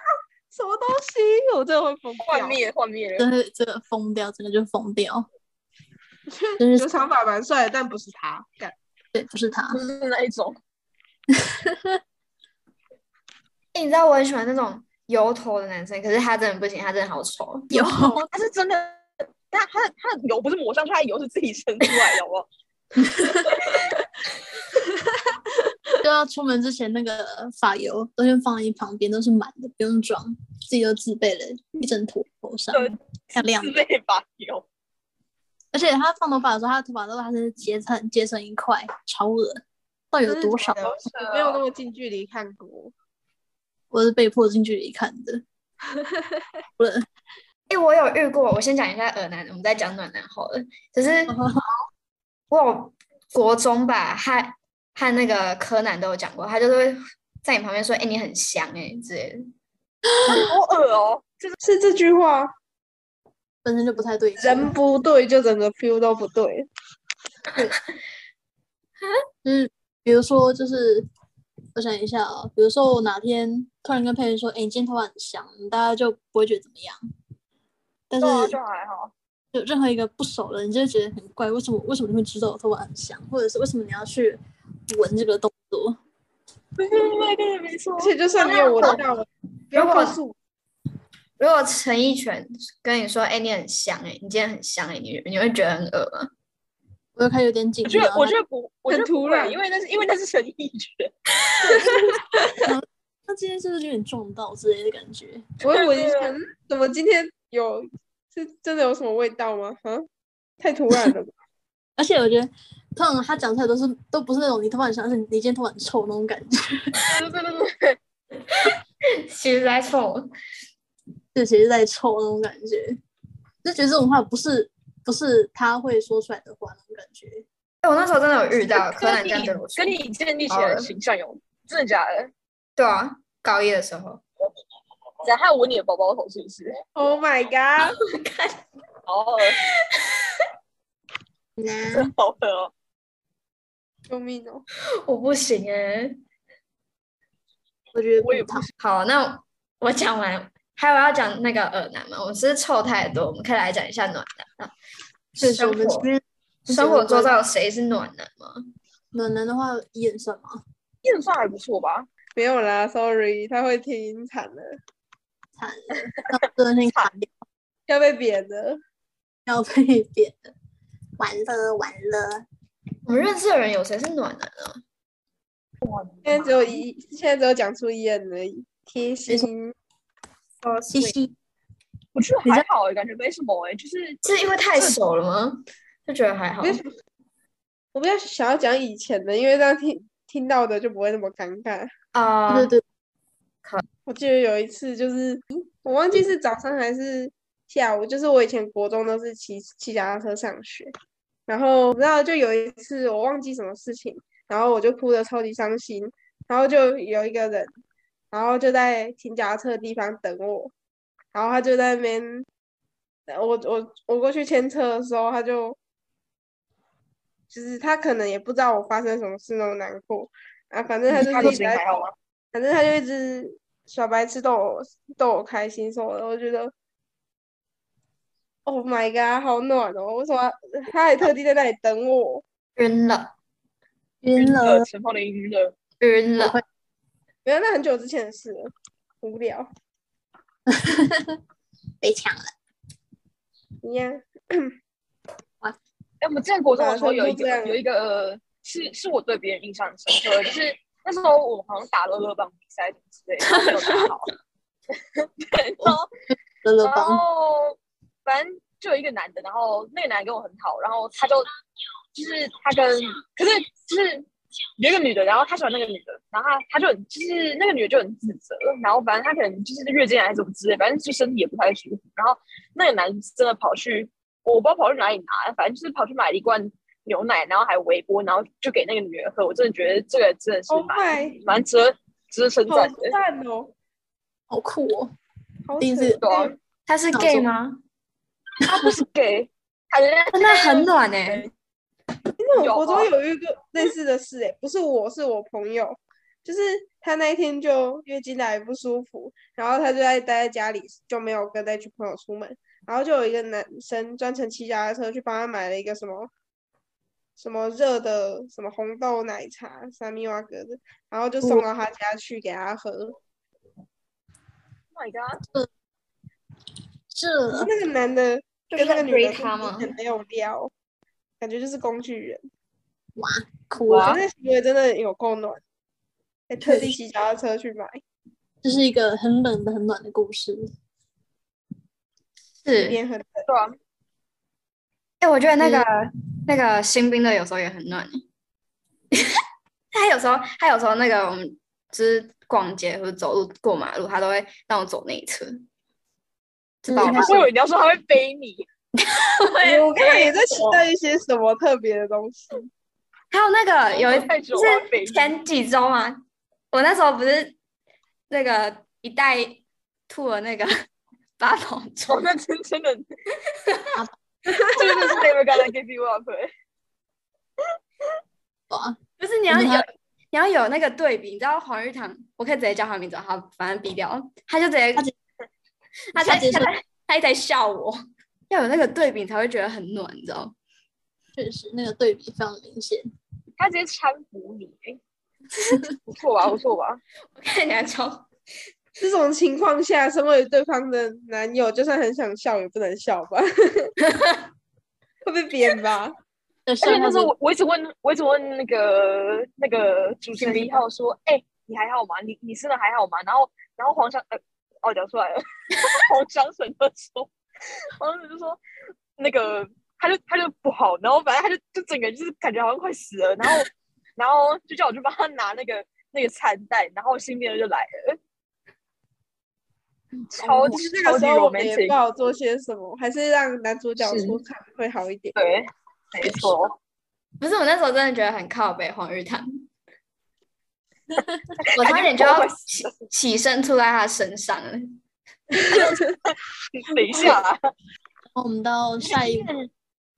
Speaker 4: 什么东西，我真的会疯
Speaker 3: 幻
Speaker 4: 掉。
Speaker 3: 灭幻灭了，
Speaker 2: 真的这个疯掉，真的就疯掉。真
Speaker 4: 留
Speaker 2: 是
Speaker 4: 长发蛮帅的，但不是他。干
Speaker 2: 对，不是他
Speaker 3: 不，是那一种。
Speaker 1: 哎、你知道我很喜欢那种油头的男生，可是他真的不行，他真的好丑。
Speaker 2: 有
Speaker 3: 他是真的，但他的他的油不是抹上去，他的油是自己生出来的，好不好？
Speaker 2: 就要啊出门之前那个发油都先放在一旁边，都是满的，不用装，自己都自备了一整坨头上，
Speaker 3: 对
Speaker 2: 漂 亮
Speaker 3: 自
Speaker 2: 的。
Speaker 3: 备把油。
Speaker 2: 而且他放头发的时候，他的头发都还是结成结成一块，超恶，到底有多少？
Speaker 4: 真的假的我没
Speaker 3: 哦
Speaker 4: 有那么近距离看过。
Speaker 2: 我是被迫近距离看 的。不是，
Speaker 1: 哎、我有遇过，我先讲一下耳男，我们再讲暖男好了。就是
Speaker 3: 嗯
Speaker 1: 我有国中吧，和和那个柯南都有讲过，他就是会在你旁边说：“哎、你很香哎、之类的。
Speaker 3: 好恶哦！
Speaker 4: 是这句话，
Speaker 2: 本身就不太对劲，
Speaker 4: 人不对就整个 feel 都不对。
Speaker 2: 就是比如说，就是我想一下啊、比如说我哪天突然跟佩佩说：“哎、你今天头发很香”，大家就不会觉得怎么样。但
Speaker 3: 对啊，
Speaker 2: 是
Speaker 3: 就还好。
Speaker 2: 就任何一个不熟的人，你就会觉得很怪，为什么为什么你会知道我头发很香，或者是为什么你要去闻这个动作？
Speaker 3: 对对对对，没错
Speaker 4: 而。且就算你有闻到了，不要告诉我。
Speaker 1: 如果陈奕迅跟你说：“哎、你很香哎、你今天很香哎、你你会觉得很恶吗？
Speaker 2: 我就开始有点紧
Speaker 3: 我觉
Speaker 2: 张哎
Speaker 3: 得，我觉
Speaker 2: 得
Speaker 3: 得不，我觉得
Speaker 4: 很突
Speaker 3: 不会啊
Speaker 4: 然
Speaker 3: 因为那是因为那是神意觉，
Speaker 2: 那今天是不是有点撞到之类的感觉？
Speaker 4: 我会闻一
Speaker 3: 对
Speaker 4: 下，嗯怎么今天有是真的有什么味道吗？啊，太突然了吧。
Speaker 2: 而且我觉得，通常他讲出来都是都不是那种你头发很香，而是你今天头发很臭那种感觉。
Speaker 3: 对对对对，
Speaker 1: 其实在臭。
Speaker 2: 就其实在臭那种感觉，就觉得这种话不是不是他会说出来的话那种感觉。
Speaker 1: 哎、我那时候真的有遇到柯南这
Speaker 3: 跟
Speaker 1: 样
Speaker 3: 你
Speaker 1: 对我说
Speaker 3: 跟，你建立起来的形象有真的假的？
Speaker 1: 对啊，高一的时候，
Speaker 3: 然后还有闻你的包包头是不是？
Speaker 4: Oh my god！
Speaker 3: 好 恶，真的好恶哦！
Speaker 4: 救命哦！
Speaker 1: 我不行哎、
Speaker 2: 我觉得
Speaker 3: 我也
Speaker 2: 不
Speaker 3: 不
Speaker 2: 好，
Speaker 1: 好，那我讲完，还有要讲那个耳男嘛，我们是不是臭太多，我们可以来讲一下暖男啊。
Speaker 2: 确实
Speaker 1: 生
Speaker 2: 我们前
Speaker 1: 活
Speaker 2: 面
Speaker 1: 生活周遭有谁是暖男吗？
Speaker 2: 暖男的话眼神嘛，
Speaker 3: 验算还不错吧？
Speaker 4: 没有啦，sorry，他会听惨了，
Speaker 2: 惨了，那我真的是惨掉，
Speaker 4: 要被贬的。
Speaker 2: 要被扁的，完了完了，
Speaker 1: 我们认识的人有谁是暖男啊？
Speaker 4: 现在只有一，现在只有讲出一人而已，贴心。，Oh
Speaker 2: 嘻嘻，
Speaker 3: 我觉得还好哎，感觉没什么哎，就是
Speaker 1: 是因为太熟了吗？就觉得还好
Speaker 4: 没。什么我比较想要讲以前的，因为这样听听到的就不会那么尴尬。
Speaker 1: 啊、
Speaker 2: 对对对，
Speaker 4: 我记得有一次就是，我忘记是早上还是下午，就是我以前国中都是骑骑脚踏车上学，然后然后就有一次我忘记什么事情，然后我就哭的超级伤心，然后就有一个人，然后就在停脚踏车的地方等我，然后他就在那边，呃我我我过去牵车的时候，他就。就是他可能也不知道我发生什么事那么难过啊，反正他就
Speaker 3: 他
Speaker 4: 是
Speaker 3: 的
Speaker 4: 一
Speaker 3: 事
Speaker 4: 直
Speaker 3: 情
Speaker 4: 在
Speaker 3: 还好吗？
Speaker 4: 反正他就一直小白痴逗我逗我开心什么的，我觉得，Oh my god，好暖哦！为什么他还特地在那里等我？
Speaker 1: 晕了，
Speaker 2: 晕
Speaker 3: 了，
Speaker 2: 了，
Speaker 3: 陈芳林晕了，
Speaker 1: 晕了。
Speaker 4: 没有，那很久之前的事了，无聊
Speaker 2: 被抢了，
Speaker 4: 一样。
Speaker 3: 哎，我们之前国中的时候
Speaker 4: 对啊
Speaker 3: 有一
Speaker 4: 就这
Speaker 3: 个
Speaker 4: 样
Speaker 3: 有一个是是我对别人印象很深刻的，就是那时候我们好像打乐乐棒比赛什么之类的，然后没有打好。 对，然后
Speaker 2: 乐乐
Speaker 3: 然
Speaker 2: 帮，
Speaker 3: 后反正就有一个男的，然后那个男的跟我很好，然后他就就是他跟可是就是有一个女的，然后他喜欢那个女的，然后他他就很就是那个女的就很自责，然后反正他可能就是月经来还是什么之类，反正就身体也不太舒服，然后那个男的真的跑去。我我不知道跑去哪里拿，反正就是跑去买了一罐牛奶，然后还微波，然后就给那个女人喝。我真的觉得这个真的是
Speaker 4: Oh
Speaker 3: 蛮
Speaker 4: my，
Speaker 3: 蛮值得值得称
Speaker 4: 好
Speaker 3: 赞的。
Speaker 4: 赞哦，
Speaker 2: 好酷哦！
Speaker 4: 好
Speaker 2: 第一
Speaker 4: 扯
Speaker 2: 次
Speaker 3: 对啊
Speaker 4: 对
Speaker 1: 他是
Speaker 2: 那我
Speaker 1: gay
Speaker 2: 说
Speaker 1: 吗？
Speaker 3: 他不是 gay，他人家
Speaker 1: 那很暖哎、
Speaker 4: 那
Speaker 3: 有
Speaker 4: 我国中
Speaker 3: 啊
Speaker 4: 有遇过类似的事、欸，不是我，是我朋友，就是她那一天就月经来不舒服，然后她就在待在家里，就没有跟那群朋友出门，然后就有一个男生专程骑脚踏车去帮她买了一个什么什么热的什么红豆奶茶、三蜜蛙格子，然后就送到她家去给她喝。
Speaker 3: ，Oh my god，
Speaker 2: 这
Speaker 4: 那个男的
Speaker 1: 是
Speaker 4: 跟那个女
Speaker 1: 追
Speaker 4: 的
Speaker 1: 她吗
Speaker 4: 很没有料，感觉就是工具人。
Speaker 2: 酷
Speaker 4: 我觉
Speaker 2: 啊！
Speaker 4: 得那行为真的有够暖，还特
Speaker 2: 确
Speaker 4: 地骑脚踏车去买。
Speaker 2: 这是一个很冷的、很暖的故事。
Speaker 4: 一
Speaker 1: 是，
Speaker 4: 边 很
Speaker 3: 对啊，
Speaker 1: 哎、我觉得那个、
Speaker 2: 嗯
Speaker 1: 那个新兵的有时候也很暖欸。 他有时候，他有时候那个我们就是逛街或者走路过马路，他都会让我走那一侧，就把我
Speaker 2: 嗯
Speaker 1: 拉
Speaker 2: 他是
Speaker 3: 我以为你要说他会背你，
Speaker 1: 回
Speaker 4: 我刚才也在期待一些什么特别的东西。
Speaker 1: 还有那
Speaker 2: 哦
Speaker 1: 个呃有
Speaker 3: 太
Speaker 1: 一
Speaker 3: 久
Speaker 1: 就
Speaker 3: 了北
Speaker 1: 是
Speaker 3: 京
Speaker 1: 前几周嘛，啊我那时候不是那个一袋吐了那个 八宝粥
Speaker 3: 哦，，那真 真的，这个就是 never gonna give you up，欸
Speaker 2: 哇，
Speaker 1: 不是你要
Speaker 2: 我们还
Speaker 1: 有你要有那个对比，你知道黄玉堂，我可以直接叫他名字，好，反正逼掉，他就直接
Speaker 2: 他直
Speaker 1: 他
Speaker 2: 他
Speaker 1: 才
Speaker 2: 直接
Speaker 1: 他
Speaker 2: 说
Speaker 1: 才他一直在笑我，要有那个对比才会觉得很暖，你知道吗？
Speaker 2: 确实那个对比非常明显。
Speaker 3: 他直接搀扶你，欸不错吧，不错吧，
Speaker 1: 我看起来超
Speaker 4: 这种情况下，身为对方的男友，就算很想笑，也不能笑吧？ 会被扁吧？
Speaker 2: 而
Speaker 3: 而且那时候我我一直问，我一直问那个那个主持人一号说，哎、你还好吗？你你真的还好吗？然后然后黄香呃，哦讲出来了， 黄香水就说，黄香水就说那个他就他就不好，然后反正他就就整个人就是感觉好像快死了，然后然后就叫我去帮他拿那个那个餐袋，然后新兵就来了。超
Speaker 4: 嗯哦其
Speaker 3: 级
Speaker 4: 实那
Speaker 3: 超
Speaker 4: 个时
Speaker 3: 级
Speaker 4: 候我们也
Speaker 3: romantic，
Speaker 4: 不好做些什么，还是让男主角
Speaker 3: 是
Speaker 4: 出场会好一点。
Speaker 3: 对，没错。
Speaker 1: 不是我那时候真的觉得很靠北黄玉 堂，我差点就要
Speaker 3: 快
Speaker 1: 起起身吐在他身上了。
Speaker 3: 等一下啊，
Speaker 2: 我们到下一个，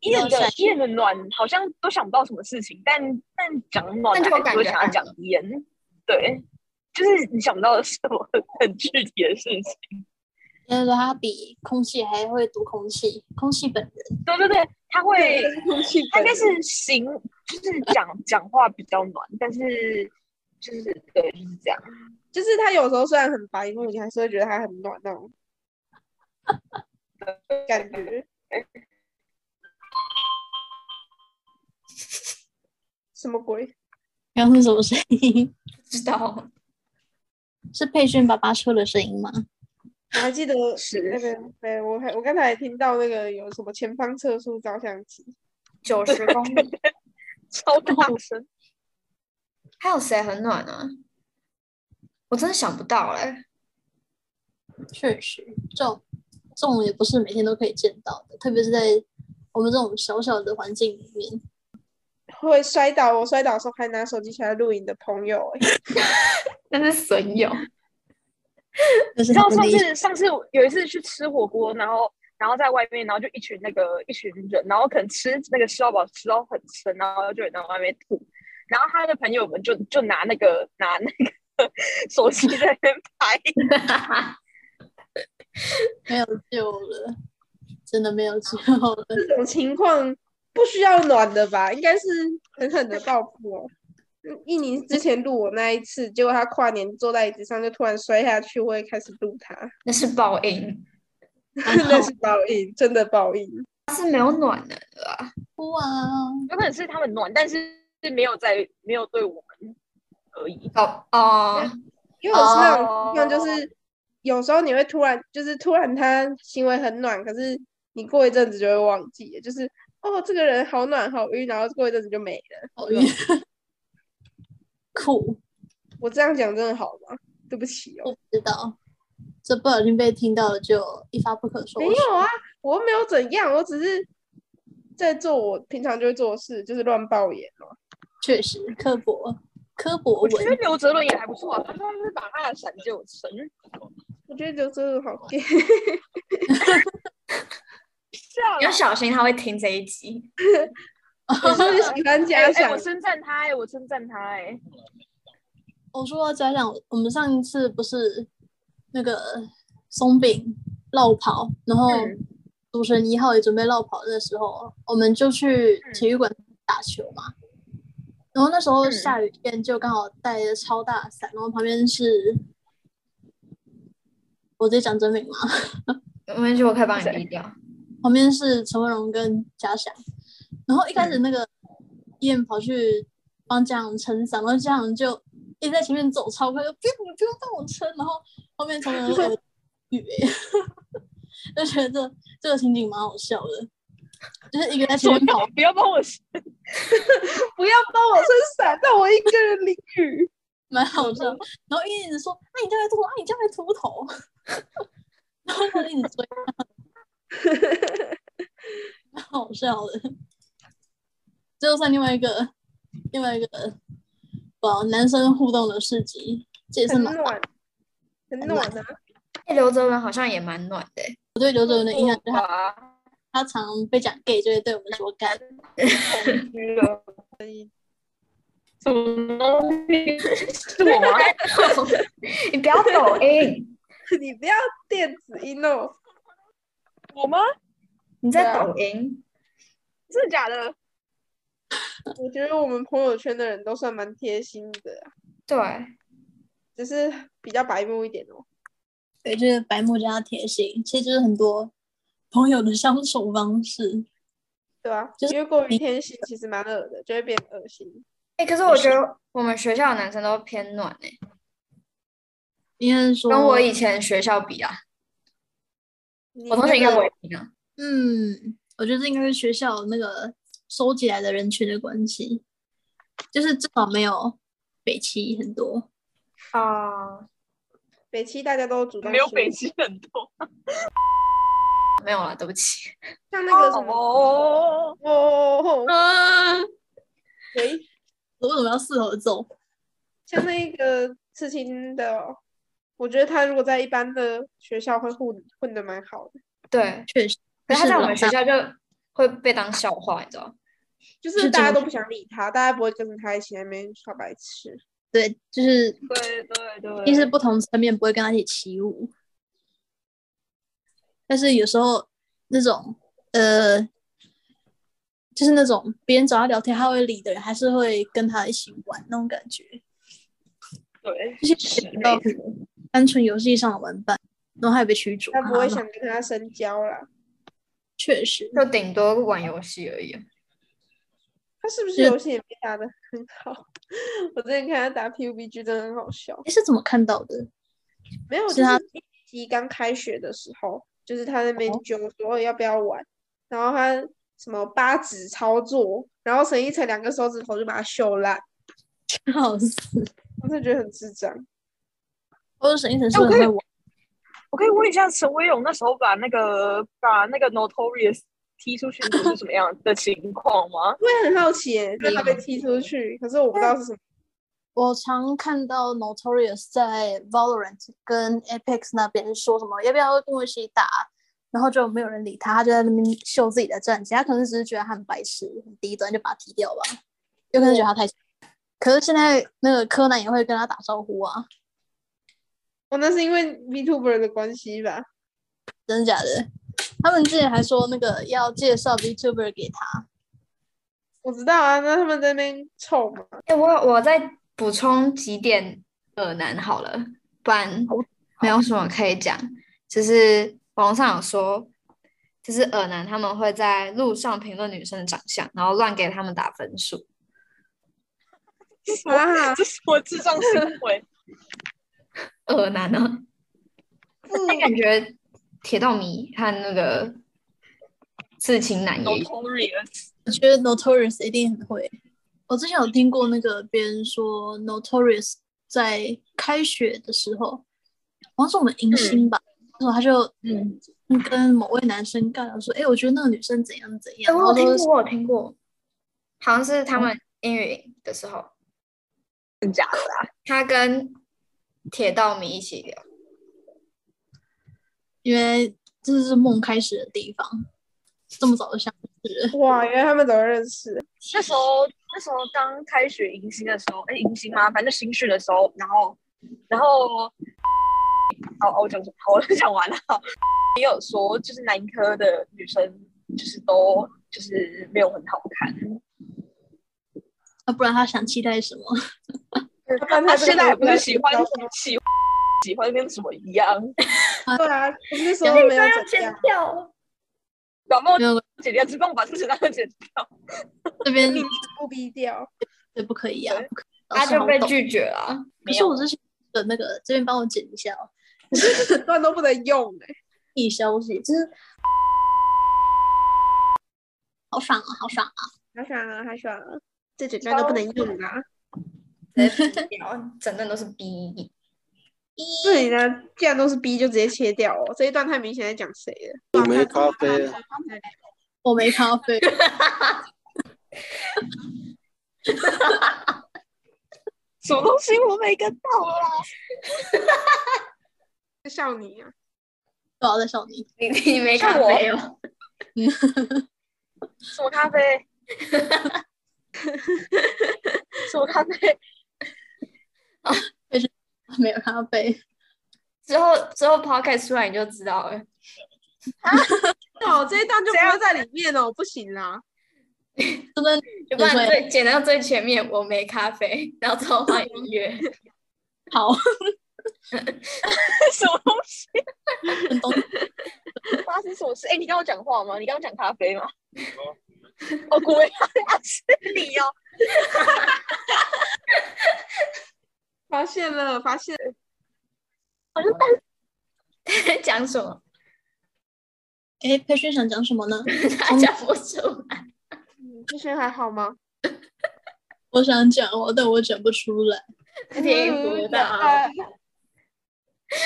Speaker 3: 一人的一人的暖好像都想不到什么事情，但但讲暖
Speaker 1: 但就
Speaker 3: 男
Speaker 1: 有
Speaker 3: 还
Speaker 1: 感
Speaker 3: 是会
Speaker 1: 觉
Speaker 3: 想要讲烟，对，就是你想不到什么很很具体的事情。
Speaker 2: 因为他比空气还会读空气，空气本人
Speaker 3: 对对对，他会，
Speaker 4: 空气
Speaker 3: 他
Speaker 4: 本
Speaker 3: 应该是行，就是讲讲话比较暖，但是就是对，就是这样。
Speaker 4: 就是他有时候虽然很白目，你还是会觉得他很暖 那种感觉。什么鬼？
Speaker 2: 刚刚是什么声音？
Speaker 1: 不 知道，
Speaker 2: 是佩轩爸爸车的声音吗？
Speaker 4: 我还记得 那
Speaker 3: 是，
Speaker 4: 个，对我还我刚才还听到那个有什么前方测速照相机，
Speaker 1: 九十公里，
Speaker 3: 超大声，
Speaker 1: 还有谁很暖啊？我真的想不到哎、
Speaker 2: 确实，这种这种也不是每天都可以见到的，特别是在我们这种小小的环境里面。
Speaker 4: 会摔倒，我摔倒的时候还拿手机起来录影的朋友、欸，
Speaker 1: 那是损友。
Speaker 2: 但是
Speaker 3: 你知
Speaker 2: 他
Speaker 3: 道
Speaker 2: 们
Speaker 3: 上
Speaker 2: 的一
Speaker 3: 次上次我有一次去吃火锅，然后然后在外面，然后就一群那个一群人，然后可能吃那个吃到饱吃到很撑，然后就有人在外面吐，然后他的朋友们就就拿那个拿那个手机在那边 拍，
Speaker 2: 没有救了，真的没有救了。
Speaker 4: 这种情况不需要暖的吧？应该是狠狠的报复哦。嗯一年之前录我那一次，结果他跨年坐在椅子上就突然摔下去，我也开始录他。
Speaker 1: 那是报应，
Speaker 4: 那是报应，真的报应。
Speaker 1: 他是没有暖男的啦。
Speaker 2: 哇，
Speaker 3: 有可能是他们暖，但是是没有在没有对我们而已。
Speaker 1: 哦哦，
Speaker 4: 因为我是那种
Speaker 3: 哦
Speaker 4: 情况，就是有时候你会突然，就是突然他行为很暖，可是你过一阵子就会忘记，就是哦，这个人好暖好晕，然后过一阵子就没了。
Speaker 2: 好晕，酷，
Speaker 4: 我这样讲真的好吗？对不起哦，
Speaker 2: 我不知道，这不小心被听到了就一发不可收拾。
Speaker 4: 没有啊，我又没有怎样，我只是在做我平常就会做的事，就是乱哦爆眼嘛。
Speaker 2: 确实刻薄刻薄
Speaker 3: 我觉得
Speaker 2: 文，
Speaker 3: 刘哲伦也还不错啊，他就是把他的闪就成。
Speaker 4: 我觉得刘哲伦好
Speaker 3: 哦
Speaker 4: gay，
Speaker 3: 是啊
Speaker 1: 你要小心他会听这一集。
Speaker 4: 我就是喜欢
Speaker 3: 哎
Speaker 4: 假
Speaker 3: 哎，
Speaker 4: 想哦
Speaker 3: 我。称赞他哎，我称赞他哎。
Speaker 2: 我说到家长，我们上一次不是那个松饼绕跑，然后
Speaker 3: 嗯
Speaker 2: 主持人一号也准备绕跑的时候，我们就去体育馆打球嘛。然后那时候
Speaker 3: 嗯
Speaker 2: 下雨天，就刚好带着超大伞，然后旁边是，我直接讲真名嘛，
Speaker 1: 没关系，我可以帮你低调。
Speaker 2: 旁边是陈文龙跟嘉祥，然后一开始那个燕跑去帮嘉祥撑伞，然后嘉祥就一直在前面走超快，就不用不用帮我撑，然后后面陈文龙耳语、 就觉得这这个情景蛮好笑的，就是一个在前
Speaker 3: 左
Speaker 2: 面跑
Speaker 3: 右，不要帮我，
Speaker 4: 不要帮我撑伞，让我一个人淋雨。
Speaker 2: 蛮好笑，然后一直说啊你就在秃头，啊你就在秃头，啊然后他就一直追他，蛮好笑的。这就算另外一个另外一个哇男生互动的事迹，这也是
Speaker 4: 很
Speaker 2: 蛮
Speaker 4: 暖，很暖啊！
Speaker 1: 哎，刘哲伦好像也蛮暖的欸，
Speaker 2: 我对刘哲文的印象，就是他
Speaker 3: 啊，
Speaker 2: 他常被讲 gay 就会对我们说干，
Speaker 3: 虚了。什么东西？是我吗？
Speaker 1: 你不要抖音，
Speaker 4: 你不要电子音哦，
Speaker 3: 我吗？
Speaker 1: 你在抖音，
Speaker 3: 真的假的？
Speaker 4: 我觉得我们朋友圈的人都算蛮贴心的啊、
Speaker 1: 对，哎
Speaker 4: 只是比较白目一点哦。
Speaker 2: 对，就是白目加贴心，其实就是很多朋友的相处方式。
Speaker 4: 对啊，
Speaker 2: 就是
Speaker 4: 因为过于贴心其实蛮恶的，就会变恶心。
Speaker 1: 哎，可是我觉得我们学校的男生都偏暖哎，
Speaker 2: 应该是说，
Speaker 1: 跟我以前学校比啊，我同学应该不会听啊。
Speaker 2: 嗯，我觉得这应该是学校那个收集来的人群的关系，就是至少没有北齐很多。
Speaker 1: 啊，
Speaker 4: 北七大家都主动
Speaker 3: 没有
Speaker 4: 说
Speaker 3: 北极很多。
Speaker 1: 没有了，对不起。
Speaker 4: 像那个什么
Speaker 3: 哦，
Speaker 4: 哦，
Speaker 1: 啊，
Speaker 4: 喂，
Speaker 2: 我为什么要四合奏？
Speaker 4: 像那个刺青的哦、我觉得他如果在一般的学校会混混的蛮好的，
Speaker 1: 对，
Speaker 2: 确实，
Speaker 1: 可是他
Speaker 2: 是
Speaker 1: 在我
Speaker 2: 老
Speaker 1: 们学校
Speaker 2: 大
Speaker 1: 就会被当笑话，你知道吗？
Speaker 4: 就是
Speaker 2: 是
Speaker 4: 大家
Speaker 2: 真
Speaker 4: 都
Speaker 2: 的
Speaker 4: 不想理他，大家不会跟着他一起在那边耍白痴。
Speaker 2: 对，就是
Speaker 3: 对对对，
Speaker 2: 意识不同层面不会跟他一起起舞，但是有时候那种呃，就是那种别人找他聊天他会理的人，还是会跟他一起玩那种感觉。
Speaker 3: 对，
Speaker 2: 就是比较单纯游戏上的玩伴，然后还有被驱逐。
Speaker 4: 他不会
Speaker 2: 啊
Speaker 4: 想跟他深交啦。
Speaker 2: 确实，
Speaker 1: 就顶多玩游戏而已。啊
Speaker 4: 他是不是
Speaker 2: 是
Speaker 4: 游戏也没打得很好？我之前看他打 PUBG 真的很好笑。
Speaker 2: 你是怎么看到的？
Speaker 4: 没有，
Speaker 2: 是
Speaker 4: 就
Speaker 2: 他
Speaker 4: 是一集刚开学的时候，就是他那边
Speaker 2: 哦
Speaker 4: 揪说要不要玩，然后他什么八指操作，然后沈一晨两个手指头就把他秀烂，
Speaker 2: 好死！
Speaker 4: 我真的觉得很智障。
Speaker 2: 哎我说沈一晨是不是很会玩？
Speaker 3: 我可以问一下陈威勇那时候把那个把那个 Notorious 踢出去是什么样的情况吗？
Speaker 4: 我也很好奇耶，就是他被踢出去，可是我不知道是什么。
Speaker 2: 我常看到 Notorious 在 Valorant 跟 Apex 那边说什么要不要跟我一起打，然后就没有人理他，他就在那边秀自己的战绩。他可能只是觉得他很白痴、很低端，就把他踢掉吧。有可能觉得他太……可是现在那个柯南也会跟他打招呼啊，
Speaker 4: 哦，那是因为 VTuber 的关系吧？
Speaker 2: 真的假的？他们之前还说那个要介绍 VTuber 给他，
Speaker 4: 我知道啊，那他们在那边臭嘛，
Speaker 1: 哎、我我再补充几点耳男好了，不然没有什么可以讲。就是网络上有说，就是耳男他们会在路上评论女生的长相，然后乱给他们打分数。
Speaker 4: 啊，
Speaker 3: 这是我智障行为，
Speaker 1: 耳男呢、但感觉铁道迷和那个刺青男也有
Speaker 3: Notorious
Speaker 2: 我觉得 Notorious 一定很会。我之前有听过那个别人说 Notorious 在开学的时候，好像是我们迎新吧，然后他就
Speaker 3: 嗯，
Speaker 2: 跟某位男生尬聊说：“哎、我觉得那个女生怎样怎样。”
Speaker 1: 哦我
Speaker 2: 然
Speaker 1: 有听过，
Speaker 2: 后都是
Speaker 1: 我有听过，好像是他们英语营的时候，
Speaker 3: 真假的啊？
Speaker 1: 他跟铁道迷一起聊。
Speaker 2: 因为这是梦开始的地方，这么早就相识了，
Speaker 4: 哇，原来他们怎么认识的？
Speaker 3: 那时候那时候刚开学迎新的时候，哎、迎新吗？反正新训的时候，然后然后，好，哦好我讲好，我讲完了。也有说，就是南科的女生就是都就是没有很好看，
Speaker 2: 啊、不然他想期待什么？
Speaker 4: 要不然他
Speaker 3: 啊
Speaker 4: 这个
Speaker 3: 现在还不是
Speaker 4: 人
Speaker 3: 喜欢
Speaker 4: 交
Speaker 3: 喜喜欢跟什么一样？
Speaker 4: 对啊，我们那时候没有怎样。
Speaker 1: 掉，
Speaker 3: 然后
Speaker 2: 没有，
Speaker 3: 姐姐只帮我把这纸单剪掉。
Speaker 2: 这边
Speaker 4: 你不逼 掉，
Speaker 2: 对不可以啊，不可以
Speaker 1: 嗯他就被。
Speaker 2: 老师好
Speaker 1: 拒绝了。
Speaker 2: 抖可是我之前的那个这边帮我剪一下哦，
Speaker 4: 整段都不能用哎、
Speaker 2: 一消息就是。 好爽啊，好爽啊！
Speaker 4: 好爽啊，好爽啊！这整段都不能用啊！
Speaker 1: 直接逼掉，整段都是逼。
Speaker 4: 这里呢，既然都是 B，就直接切掉哦。这一段太明显在讲谁了。
Speaker 5: 我没咖啡，啊
Speaker 2: 我没咖 啡，
Speaker 3: 什么东西我没跟到啊啦？
Speaker 4: 在笑你啊！
Speaker 2: 我要在笑你。
Speaker 1: 你你没
Speaker 3: 像
Speaker 1: 看
Speaker 3: 我
Speaker 1: 没有？
Speaker 3: 什么咖啡？什么咖啡？
Speaker 2: 没有咖啡，
Speaker 1: 之后之后 podcast 出来你就知道了。
Speaker 4: 哦，这一段就
Speaker 3: 怎
Speaker 4: 不
Speaker 3: 样
Speaker 4: 要在里面了，不行啦。
Speaker 2: 真的
Speaker 1: 就把你
Speaker 2: 对
Speaker 1: 最剪到最前面，我没咖啡，然后之后换音乐，
Speaker 2: 好，
Speaker 3: 什么东西？
Speaker 2: 很懂
Speaker 3: 发生什么事？哎、你刚刚讲话吗？你刚刚讲咖啡吗？哦，古维咖啡啊， 是你哦。
Speaker 4: 发现了，发现了
Speaker 3: 好像但
Speaker 1: 讲什么？
Speaker 2: 哎，佩轩想讲什么呢？
Speaker 1: 他讲不出来。
Speaker 4: 你之嗯前还好吗？
Speaker 2: 我想讲，我但我讲不出来。
Speaker 4: 嗯
Speaker 1: 听不
Speaker 4: 啊
Speaker 1: 到，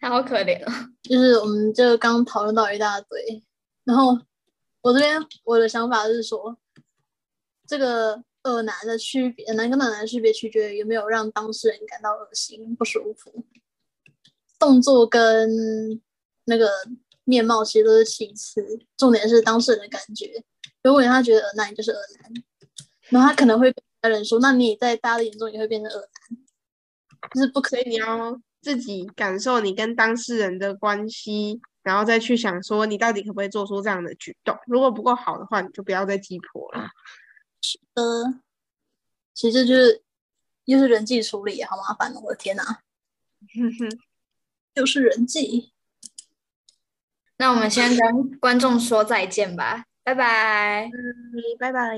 Speaker 1: 他好可怜哦。
Speaker 2: 就是我们就刚讨论到一大堆，然后我这边我的想法是说，这个恶男的区别，男跟暖男的区别取决于有没有让当事人感到恶心、不舒服。动作跟那个面貌其实都是其次，重点是当事人的感觉。如果他觉得恶男，你就是恶男，然后他可能会跟家人说，那你在大家的眼中也会变成恶男，就是不可
Speaker 4: 所以你要自己感受你跟当事人的关系，然后再去想说你到底可不可以做出这样的举动。如果不够好的话，你就不要再鸡婆了。
Speaker 2: 呃，其实就是又是人际处理，好麻烦哦！我的天哪，又是人际，
Speaker 1: 那我们先跟观众说再见吧，拜拜。
Speaker 4: 拜拜。